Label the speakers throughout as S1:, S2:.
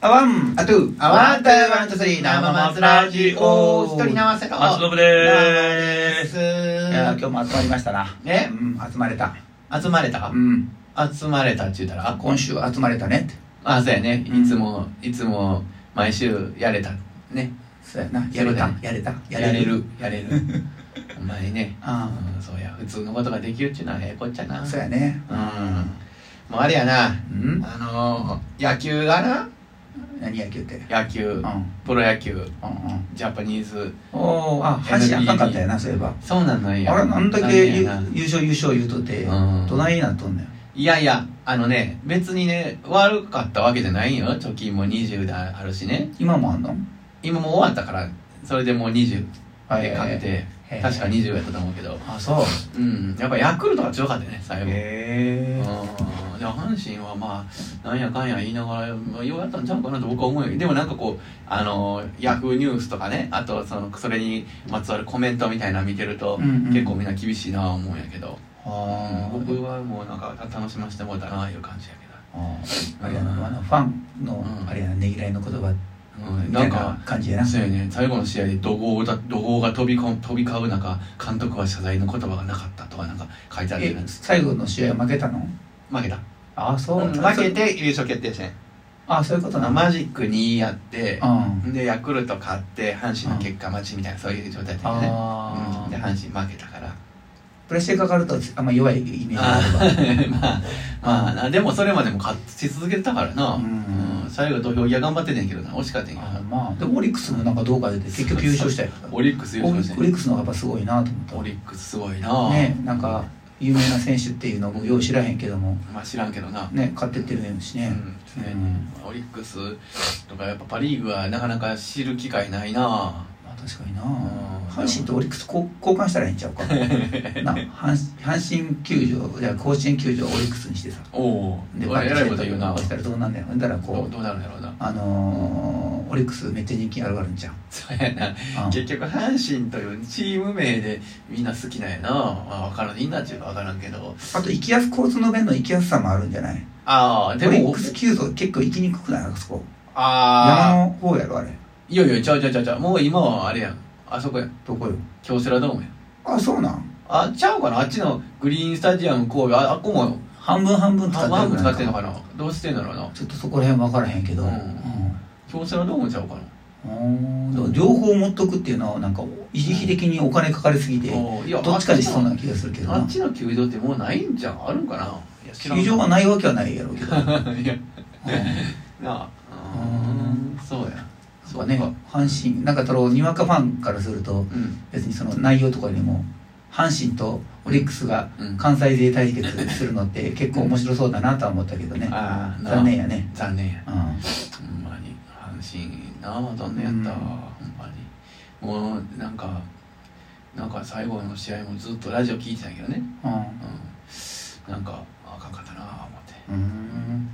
S1: あわん、あとゥ
S2: あわんとゥワンとスリー生松ラジオ一人生瀬の
S1: 松信でーす。いやー、
S2: す
S1: 今日も集まりましたな。
S2: ね
S1: うん、集まれた。
S2: 集まれたか
S1: うん。
S2: 集まれたって言ったらあこ
S1: 今週集まれたねって。
S2: あそうやね
S1: うん
S2: いつもいつも毎週やれたね
S1: そうやな。
S2: そ
S1: や
S2: う
S1: れ
S2: だ
S1: た
S2: ね。
S1: やれた。
S2: やれ。るやれる お前ね
S1: あ
S2: うんそうや普通のことができるっていうのはええこっちゃ
S1: あ、
S2: な
S1: そうやね。
S2: うんもうあれやな
S1: うん
S2: あのー野球がな
S1: 何野球って。
S2: 野球
S1: うん。うんうん。
S2: プロ野球ジャパニーズ
S1: おー、あ、箸あかんかったやな、そういえば。
S2: そうなんなんや
S1: あれ、なんだけ
S2: 残念
S1: 優
S2: やな
S1: 優勝優勝言うとって、
S2: うん
S1: どないなっとんねん。
S2: いやいやあのね別にね悪かったわけじゃないんよ貯金も20であるしね
S1: 今もあんの
S2: 今もう終わったからそれでもう20
S1: はい
S2: でかけて
S1: へー
S2: 確か20やったと思うけど
S1: あ、そう。
S2: うんやっぱヤクルトが強かったね最後
S1: へー
S2: うんで阪神はまあなんやかんや言いながら、まあ、ようやったんちゃうかなと僕は思うよでもなんかこうあのヤフーニュースとかねあとそのそれにまつわるコメントみたいなの見てると、
S1: うんうん
S2: 結構みんな厳しいなあ思うんやけど、
S1: あー
S2: 僕はもうなんか楽しませてもらったなあいう感じや
S1: ああれやな、あのファンの
S2: う、ん
S1: あれやな、ねぎらいの言葉、
S2: けど、うん、
S1: みた
S2: ないんか
S1: な感じやな。
S2: そうやね最後の試合で怒号だ怒号が飛びこ飛び交う中監督は謝罪の言葉がなかったとかなんか書いてある
S1: え
S2: んです
S1: 最後の試合負けたの
S2: 負けた、
S1: あそ
S2: うん負けて優勝決定戦
S1: あそういうことな
S2: マジック2やって
S1: うん
S2: でヤクルト勝って阪神の結果待ちみたいなそういう状態だったよね、
S1: あ
S2: うん、で
S1: ー
S2: 阪神負けたから
S1: プレッシャーかかるとあんま弱いイメージがあ
S2: あ
S1: れば
S2: ー まあまあなでもそれまでも勝ち続けてたからな、
S1: うん
S2: うん最後土俵際頑張ってんねんけどな惜しかったんやけど
S1: あ
S2: な
S1: まあでもオリックスもなんかどうか出て結局優勝したよ
S2: オリックス優勝して
S1: オリックスの方がやっぱすごいなと思
S2: オ
S1: っ
S2: リックスすごいな
S1: たねなんか有名な選手っていうのもよう知らへんけども
S2: まあ知らんけどな、
S1: ね勝ってってるんし
S2: う
S1: ね
S2: んですね
S1: うん
S2: オリックスとかやっぱパ・リーグはなかなか知る機会ないな
S1: まあ確かになん阪神とオリックス交交換したらいいんちゃう かな阪阪神球場じゃあ甲子園球場をオリックスにしてさ
S2: おおえ
S1: で
S2: らいこと言うな
S1: バッテリーし
S2: ど
S1: たらどうなんだよだからこ
S2: う
S1: う
S2: どうなるんだろうな
S1: あのー、オリックスめっちゃ人気あるあるんじゃん、
S2: そうやな
S1: うん
S2: 結局阪神というチーム名でみんな好きなんやな、まあ、分からんいいなっちゅうか分からんけど
S1: あと行きやす交通の便の行きやすさもあるんじゃない
S2: ああで
S1: オリッ
S2: も
S1: クス球場結構行きにくくないあそこ山
S2: ああ
S1: の方やろあれ
S2: いやいやちゃうちゃうちゃうちゃうもう今はあれやんあそこやん
S1: どこよ
S2: 京セラドームやん
S1: あそうなん
S2: あちゃうかなあっちのグリーンスタジアム神戸ああっこも
S1: 半分半分使って
S2: 半分使って
S1: る
S2: んの
S1: か
S2: かなどうしてんだろうな
S1: ちょっとそこら辺分からへんけど
S2: う
S1: うんん、
S2: 京セラドームちゃうかな
S1: うんだから両方持っとくっていうのはなんか維持費的にお金かかりすぎて
S2: おーいや
S1: どっちかにしそうな気がするけど
S2: あ
S1: な
S2: っちの球場ってもうないんじゃんあるんかないや知らん
S1: 球場がないわけはないやろうけど、うん、なん
S2: いやなあうんそうや
S1: かね阪神なんかそのにわかファンからすると
S2: うん
S1: 別にその内容とかよりも阪神とオリックスが
S2: うん
S1: 関西勢対決するのって結構面白そうだなとは思ったけどね
S2: ああなあ
S1: 残念やね
S2: 残念や
S1: うん
S2: ほんまに阪神なあ残念やったわほんまにもうなんかなんか最後の試合もずっとラジオ聞いてたんやけどねうんなんかあかんかったなあ思って
S1: うんうん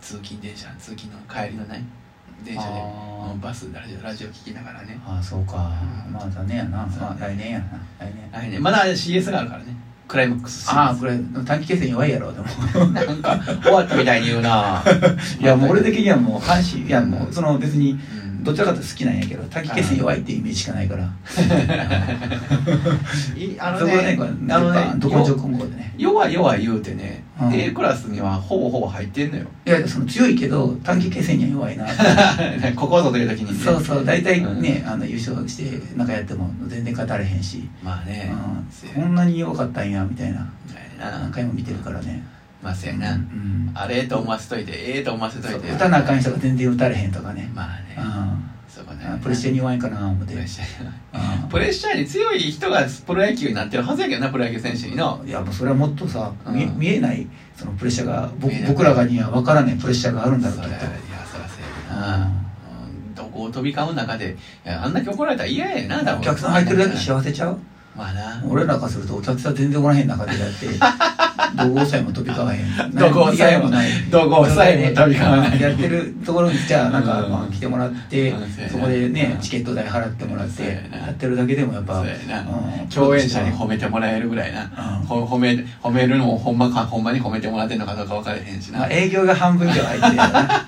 S2: 通勤電車通勤の帰りのね電車で
S1: あー
S2: うんバスでラジオラジオ聞きながらね
S1: ああそうかまあ残念やな
S2: そう
S1: まあ来年やな来年
S2: 来年まだ CS があるからねクライマックスシリー
S1: ああ
S2: ズ
S1: これ短期決戦弱いやろでも
S2: なんか終わったみたいに言うな
S1: いやもう俺的にはもう阪神いやもうその別に
S2: うん
S1: どちらかというと好きなんやけど短期決戦弱いっていうイメージしかないから
S2: い あ
S1: そ
S2: の
S1: こはね
S2: ね
S1: これ
S2: あの
S1: やっぱ
S2: ね
S1: どこちょこんこでね
S2: 弱い弱い言うてね、
S1: うん
S2: A クラスにはほぼほぼ入ってんのよ
S1: いやその強いけど短期決戦には弱いな
S2: ここぞという時にね
S1: そうそう大体ね、あの優勝してなんかやっても全然語れへんし、
S2: まあねせ
S1: うん、こ
S2: や
S1: んなに弱かったんやみたいな
S2: な
S1: 何回も見てるからね、
S2: まあせや
S1: うん
S2: な、あれと思わせといてええと思わせと
S1: そう
S2: いて
S1: 打たなあかん人が全然打たれへんとかね、
S2: まあね、そこね
S1: うん、プレッシャーに弱いんかな思って
S2: プレッシャー
S1: う
S2: プレッシャーに強い人がプロ野球になってるはずやけどなプロ野球選手にの
S1: んいやもうそれはもっとさ、
S2: うん
S1: 見見えないそのプレッシャーが僕
S2: 見えない
S1: 僕らがには分からないプレッシャーがあるんだろう
S2: そ
S1: き
S2: りゃ
S1: っ
S2: い
S1: と
S2: やそらせやな、うん、どこを飛び交う中でいやあんだけ怒られたら嫌やな多
S1: お
S2: 分
S1: 客さん入ってるだけ幸せちゃう
S2: まあな
S1: 俺らからするとお客さん全然おらへん中でや って怒号さえも飛び交わへん
S2: 怒号さえも
S1: ない
S2: どこをさえも飛び交わない
S1: やってるところにじゃあなんか
S2: うん
S1: まあ来てもらって
S2: うんそうやな
S1: そこで
S2: う
S1: ね
S2: ん
S1: チケット代払ってもらっ
S2: そ
S1: て
S2: うやな
S1: やってるだけでもやっぱ
S2: そうやな
S1: うん
S2: 共演者に褒めてもらえるぐらいな、
S1: うん
S2: ほ褒め褒めるのもほんまかほんまに褒めてもらってんのかどうか分からへんしな、
S1: まあ営業が半分以上入ってるよな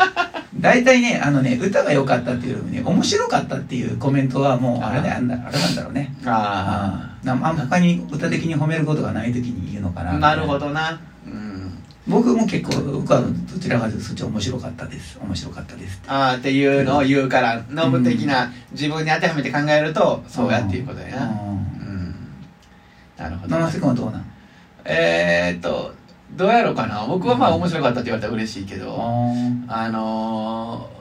S1: 大体ねあのね歌が良かったっていうよりもね面白かったっていうコメントはもうあれだあんだあれなんだろうね
S2: あ
S1: ああんま他に歌的に褒めることがない時に言うのかな
S2: あなるほどなうん
S1: 僕も結構僕はどちらかというとそっち面白かったです面白かったですって
S2: ああっていうのを言うからノブ的な自分に当てはめて考えるとそうやっていうことやなうんなるほど
S1: 七瀬君はどうなん
S2: えーっとどうやろうかな僕はまあ面白かったって言われたら嬉しいけど
S1: あ
S2: あのー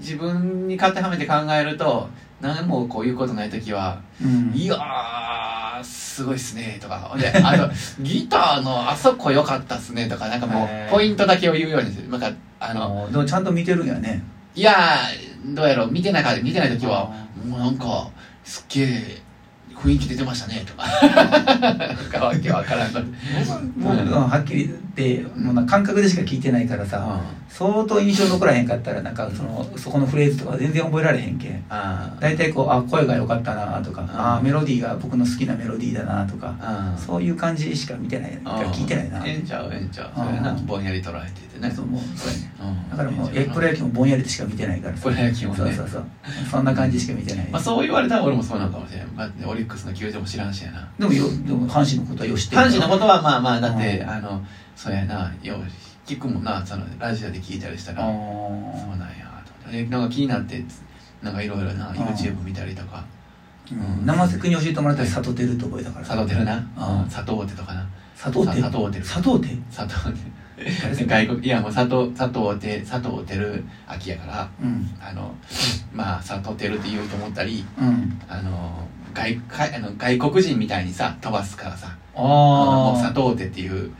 S2: 自分に当てはめて考えると何もこういうことない時は
S1: ーうん
S2: 「いやーすごいっすね」とかほんであ と「ギターのあそこ良かったっすね」とかなんかも
S1: へー
S2: うポイントだけを言うようにするなんかあ
S1: あ
S2: の
S1: のでもちゃんと見てるんやね
S2: 「いやーどうやろう見てなかった見てない時は
S1: あ
S2: もうなんかすっげえ雰囲気出てましたね」とかなんかわけわからんこと
S1: 僕は僕ははっきり言ってもうな感覚でしか聞いてないからさ、
S2: あ
S1: 相当印象残らへんかったらなんかそのそこのフレーズとか全然覚えられへんけん
S2: あ
S1: 大体こうあ声が良かったなとか、
S2: うん
S1: あメロディーが僕の好きなメロディーだなとか、
S2: あ
S1: そういう感じしか見てない聞いてないな
S2: ええんちゃうええんちゃうそれな
S1: うん
S2: ぼんやり捉えててね
S1: そうもうそうやね
S2: うん
S1: だからもう
S2: ええ
S1: え
S2: んちゃ
S1: プロ野球もぼんやりとしか見てないからさ
S2: プロ野球もね
S1: そうそうそうそんな感じしか見てない、
S2: まあ、そう言われたら俺もそうなのかもしれない、まあ、オリックスの球場も知らんしやな
S1: でもよでも阪神のことはよしってる
S2: 阪神のことはまあまあだって、
S1: うん
S2: あのそうやなよう聞くもんなそのラジオで聞いたりしたら、そう
S1: あ
S2: なんやと思ってでなんか気になってなんかいろいろな
S1: ん
S2: YouTube 見たりとか
S1: ーうん生瀬君に教えてもらったら佐藤輝って覚えたから
S2: 佐藤
S1: 輝
S2: 輝な、
S1: うん
S2: 佐藤ってとかな
S1: 佐藤輝
S2: 佐藤輝
S1: 佐藤輝
S2: 佐藤
S1: 誰
S2: って 外国いやもう佐藤佐藤て佐藤輝明やから
S1: うん
S2: あのまあ佐藤輝って言うと思ったり
S1: うん
S2: あの外かあの外国人みたいにさ飛ばすからさも
S1: あ
S2: う砂
S1: あ
S2: 糖手っ ていう。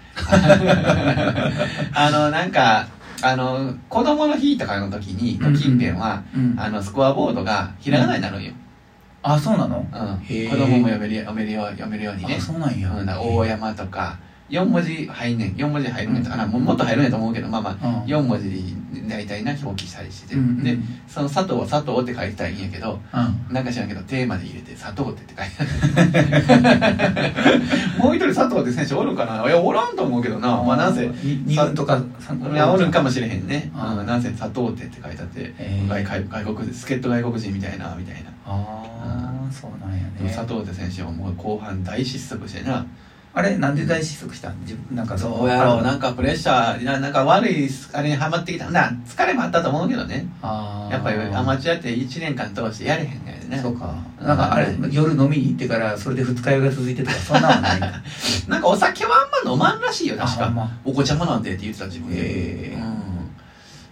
S2: あの、なんか、あの、子供の日とかの時に、の近辺は、
S1: うん
S2: あの、スコアボードがひらがなになるんよ。
S1: あそうなの
S2: うん。
S1: へー
S2: 子供も読めるよ読めるよ読めるようにね
S1: あ。そうなんや
S2: うん、だから大山とか、4文字入んねん。4文字入るんやったかな。ももっと入るんやと思うけど、まあまあ、
S1: うん
S2: 4文字で大体な表記したりしてて。
S1: うんうん
S2: で、その佐藤は佐藤って書いてたらいいんやけど、
S1: うん
S2: なんか知らんけど、テーマで入れて、佐藤ってって書いてある。もう一人佐藤って選手おるんかないや、おらんと思うけどな。まあ、なんせ、い
S1: に二軍とか三軍
S2: や、おるんかもしれへんね。
S1: あー
S2: うん、なんせ、佐藤ってって書いてあって、
S1: へー
S2: 外外外国人、助っ人外国人みたいな、みたいな。
S1: ああそうなんや
S2: でも
S1: ね
S2: 佐藤って選手はもう後半大失速してな。
S1: あれなんで大失速したん自分なんか
S2: そうやろう、なん
S1: か
S2: かプレッシャー、ななんか悪い、あれにハマってきた。な、疲れもあったと思うけどね。
S1: あー
S2: やっぱりアマチュアって1年間通してやれへんからね。
S1: そうかなんかあれ夜飲みに行ってからそれで二日酔いが続いてとかそんなのは ないか
S2: なんかお酒はあんま飲まんらしいよ、確
S1: あ
S2: か。
S1: ほんま
S2: お子ちゃまなんでって言ってた自分で。
S1: へえ
S2: うん。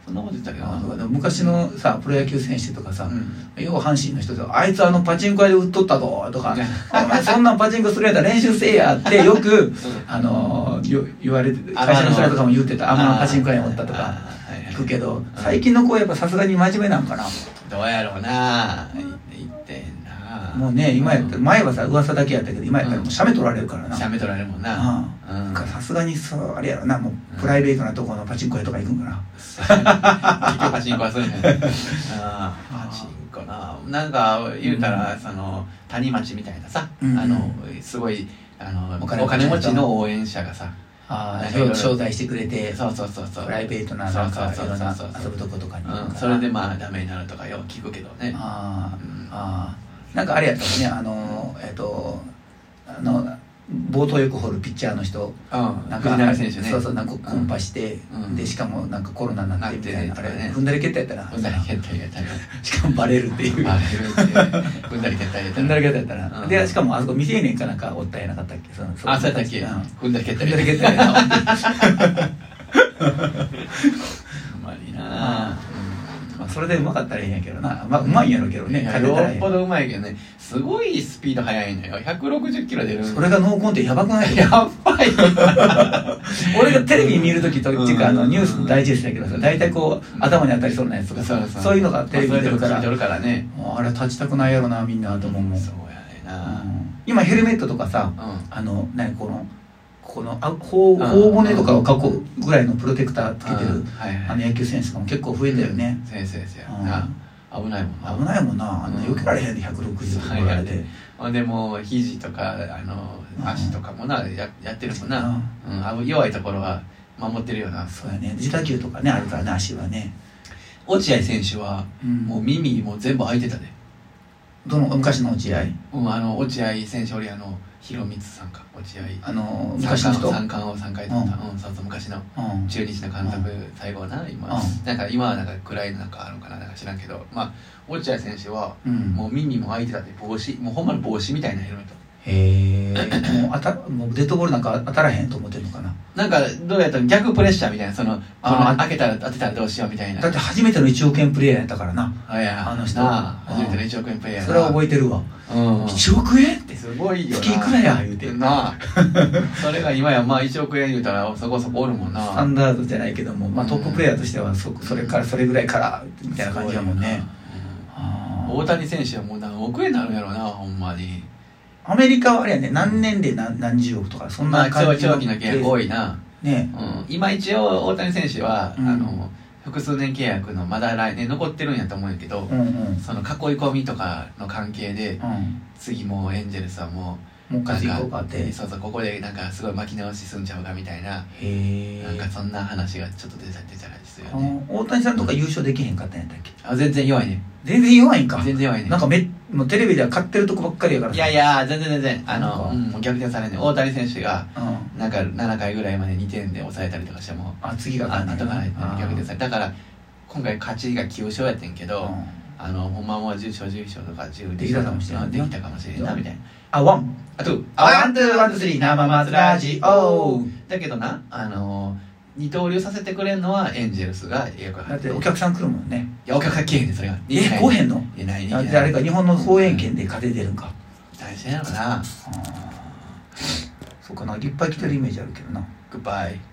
S2: そんなこと言ってたけどな。
S1: あの昔のさプロ野球選手とか
S2: う
S1: さ、
S2: ん
S1: 要は阪神の人とかあいつあのパチンコ屋で売っとったぞ」とか
S2: ね
S1: 「お前そんなんパチンコするやったら練習せえや」ってよく、あのよ言われて会社の人らとかも言ってた「あんまパチンコ屋におった」と
S2: あ
S1: か
S2: ーはいはい
S1: 聞くけど最近の子はやっぱさすがに真面目なんかな
S2: どうやろうな。言ってんな。
S1: もうね今やった
S2: うん
S1: 前はさ噂だけやったけど今やったらもう写メ取られるからな
S2: シャメ取られるもんな。
S1: あ
S2: う
S1: あなん
S2: ん
S1: かさすがにそうあれやろなもうプライベートなところのパチンコ屋とか行くんかな
S2: 結局パチンコはするん だよあーパチンコななんか言うたら、その谷町みたいなさ、
S1: うん
S2: あのすごいあの
S1: お
S2: お
S1: 金
S2: 金
S1: 持ちの人
S2: 持ちの応援者がさ
S1: あ
S2: なんかいろいろ
S1: 招待してくれて
S2: そうそうそうそう
S1: プライベートななんかい
S2: そう
S1: ろ
S2: そうんそう
S1: な
S2: そう
S1: 遊ぶとことかに
S2: うん、それでまあダメになるとかよう聞くけどね
S1: あー
S2: うん
S1: あーなんかあれやったもんねあのえっとあの冒頭よく掘るピッチャーの人
S2: うん
S1: なんか
S2: 藤永選手ね
S1: そうそうなんかコンパして、
S2: うん
S1: でしかもなんかコロナになってみたいな
S2: なって
S1: あれ
S2: ねとかね
S1: 踏んだり蹴ったやったら
S2: うんだり蹴ったりやったり
S1: しかもバレるっていう
S2: バレるって踏んだり蹴ったりやった
S1: 踏んだり
S2: り
S1: 蹴ったやったら、
S2: うん
S1: でしかもあそこ未成年かなんかおったんやなかったっけその
S2: あそうやった っけ
S1: うん
S2: 踏んだり蹴った
S1: 踏ん
S2: り
S1: だり蹴ったやったら
S2: あんまりなうん
S1: まあそれでうまかったらいいんやけどなまあうまいんやろうけどね
S2: いや
S1: 勝てたらい
S2: よっ
S1: い
S2: ぽどうまいけどねすごいスピード速いのよ160キロ出る
S1: それが濃厚ってやばくない
S2: やばいよ
S1: 俺がテレビ見るときとっていうかあの
S2: うん
S1: ニュースのダイジェストだけどさ大体こう頭に当たりそうなやつとかさそういうのがテレビ
S2: で
S1: 出るから
S2: るからね
S1: もうあれ立ちたくないやろなみんなと思うもん
S2: そうやね
S1: う
S2: んなん
S1: 今ヘルメットとかさ
S2: う
S1: あの何このこのあ頬
S2: うん
S1: 頬骨とかを囲うぐらいのプロテクターつけて
S2: う
S1: る
S2: んはいはい
S1: あの野球選手とかも結構増えたよね
S2: 先生ですよ
S1: うん
S2: な危ないもん
S1: 危
S2: な
S1: ないもんなあんな避けられへんで160ぐらいで
S2: ほんでもう肘とかあの
S1: うん
S2: 足とかもなややってるもん
S1: う
S2: な、
S1: ん
S2: うん、あ弱いところは守ってるよな
S1: そうやね自打球とかねあるからね足はね
S2: 落合選手は
S1: うん
S2: もう耳もう全部開いてたで、
S1: どの昔の落合
S2: うん、あの落合選手俺あの広光さんか落合
S1: あの昔の人うん
S2: 三冠を三回取った、うんそうそう昔の中日の監督、最後な今、
S1: う
S2: なんか今はなんか暗いなんかあるのかななんか知らんけどまあ落合選手は
S1: うん
S2: もう耳も開いてたって帽子もうほんまの帽子みたいなヘルメット
S1: へえもうあたもうデッドボールなんか当たらへんと思ってるのかな
S2: なんかどうやったら逆プレッシャーみたいなそのこ
S1: あ
S2: の
S1: ー
S2: 開けたら当てたらどうしようみたいな
S1: だって初めての1億円プレイヤーやったからな
S2: あいや
S1: あの人
S2: な
S1: う
S2: あ
S1: ん
S2: 初めての1億円プレイヤー
S1: それは覚えてるわ
S2: えうん
S1: 1億円って
S2: すごいよな
S1: 月いくらや言うて
S2: なあ それが今やまあ1億円言うたらそこそこおるもんな
S1: スタンダードじゃないけども、まあ、トッププレイヤーとしてはそそれからそれぐらいからみたいな感じだもんね
S2: す
S1: あ
S2: ごいよな、うん
S1: ー
S2: 大谷選手はもう何億円になるんやろうなほんまに
S1: アメリカはあれやね何年で何何十億とかそん
S2: ま
S1: な
S2: あ長
S1: 感じ
S2: 長期の契約多いな、
S1: ね
S2: うん、今一応大谷選手は、
S1: うん
S2: あの複数年契約のまだ来年残ってるんやと思うんやけど、
S1: うんうんうん
S2: その囲い込みとかの関係で次もうエンジェルスはも
S1: もう
S2: う
S1: 一
S2: なん
S1: 回
S2: か
S1: 行こうかってへ
S2: そうそうここでなんかすごい巻き直しすんちゃうかみたいな
S1: え
S2: なんかそんな話がちょっと出た出たらですよね
S1: 大谷さんとか優勝できへんかったんやったっけ
S2: あ全然弱いね
S1: 全然弱いんか
S2: 全然弱いね
S1: なんかめもうテレビでは勝ってるとこばっかりやから
S2: いやいや全然全然
S1: な
S2: あ
S1: ん
S2: の
S1: か
S2: うんもう逆転されんね大谷選手が
S1: うん
S2: なんか7回ぐらいまで2点で抑えたりとかしても
S1: あ次が
S2: あ
S1: 勝
S2: とから
S1: あ
S2: 逆転されだから今回勝ちが9勝やってんけ
S1: ーう
S2: ど
S1: ん
S2: あのほんまはもう10勝11勝とか10
S1: できたかもしれんな
S2: うんできたかもしれんなみたいな
S1: あワン
S2: あと
S1: ワンツーワンツースリー生松ラジオ
S2: だけどなあの二刀流させてくれんのはエンジェルスが映画
S1: だ
S2: 入
S1: っ
S2: って
S1: て
S2: る
S1: お客さん来るもんね
S2: いやお客が来えへんねんそれが
S1: え来へんの
S2: えないね
S1: あじゃああれか日本の放映権で勝ててるんか
S2: 大事なのかな
S1: あーそうかないっぱい来てるイメージあるけどな
S2: グッバイ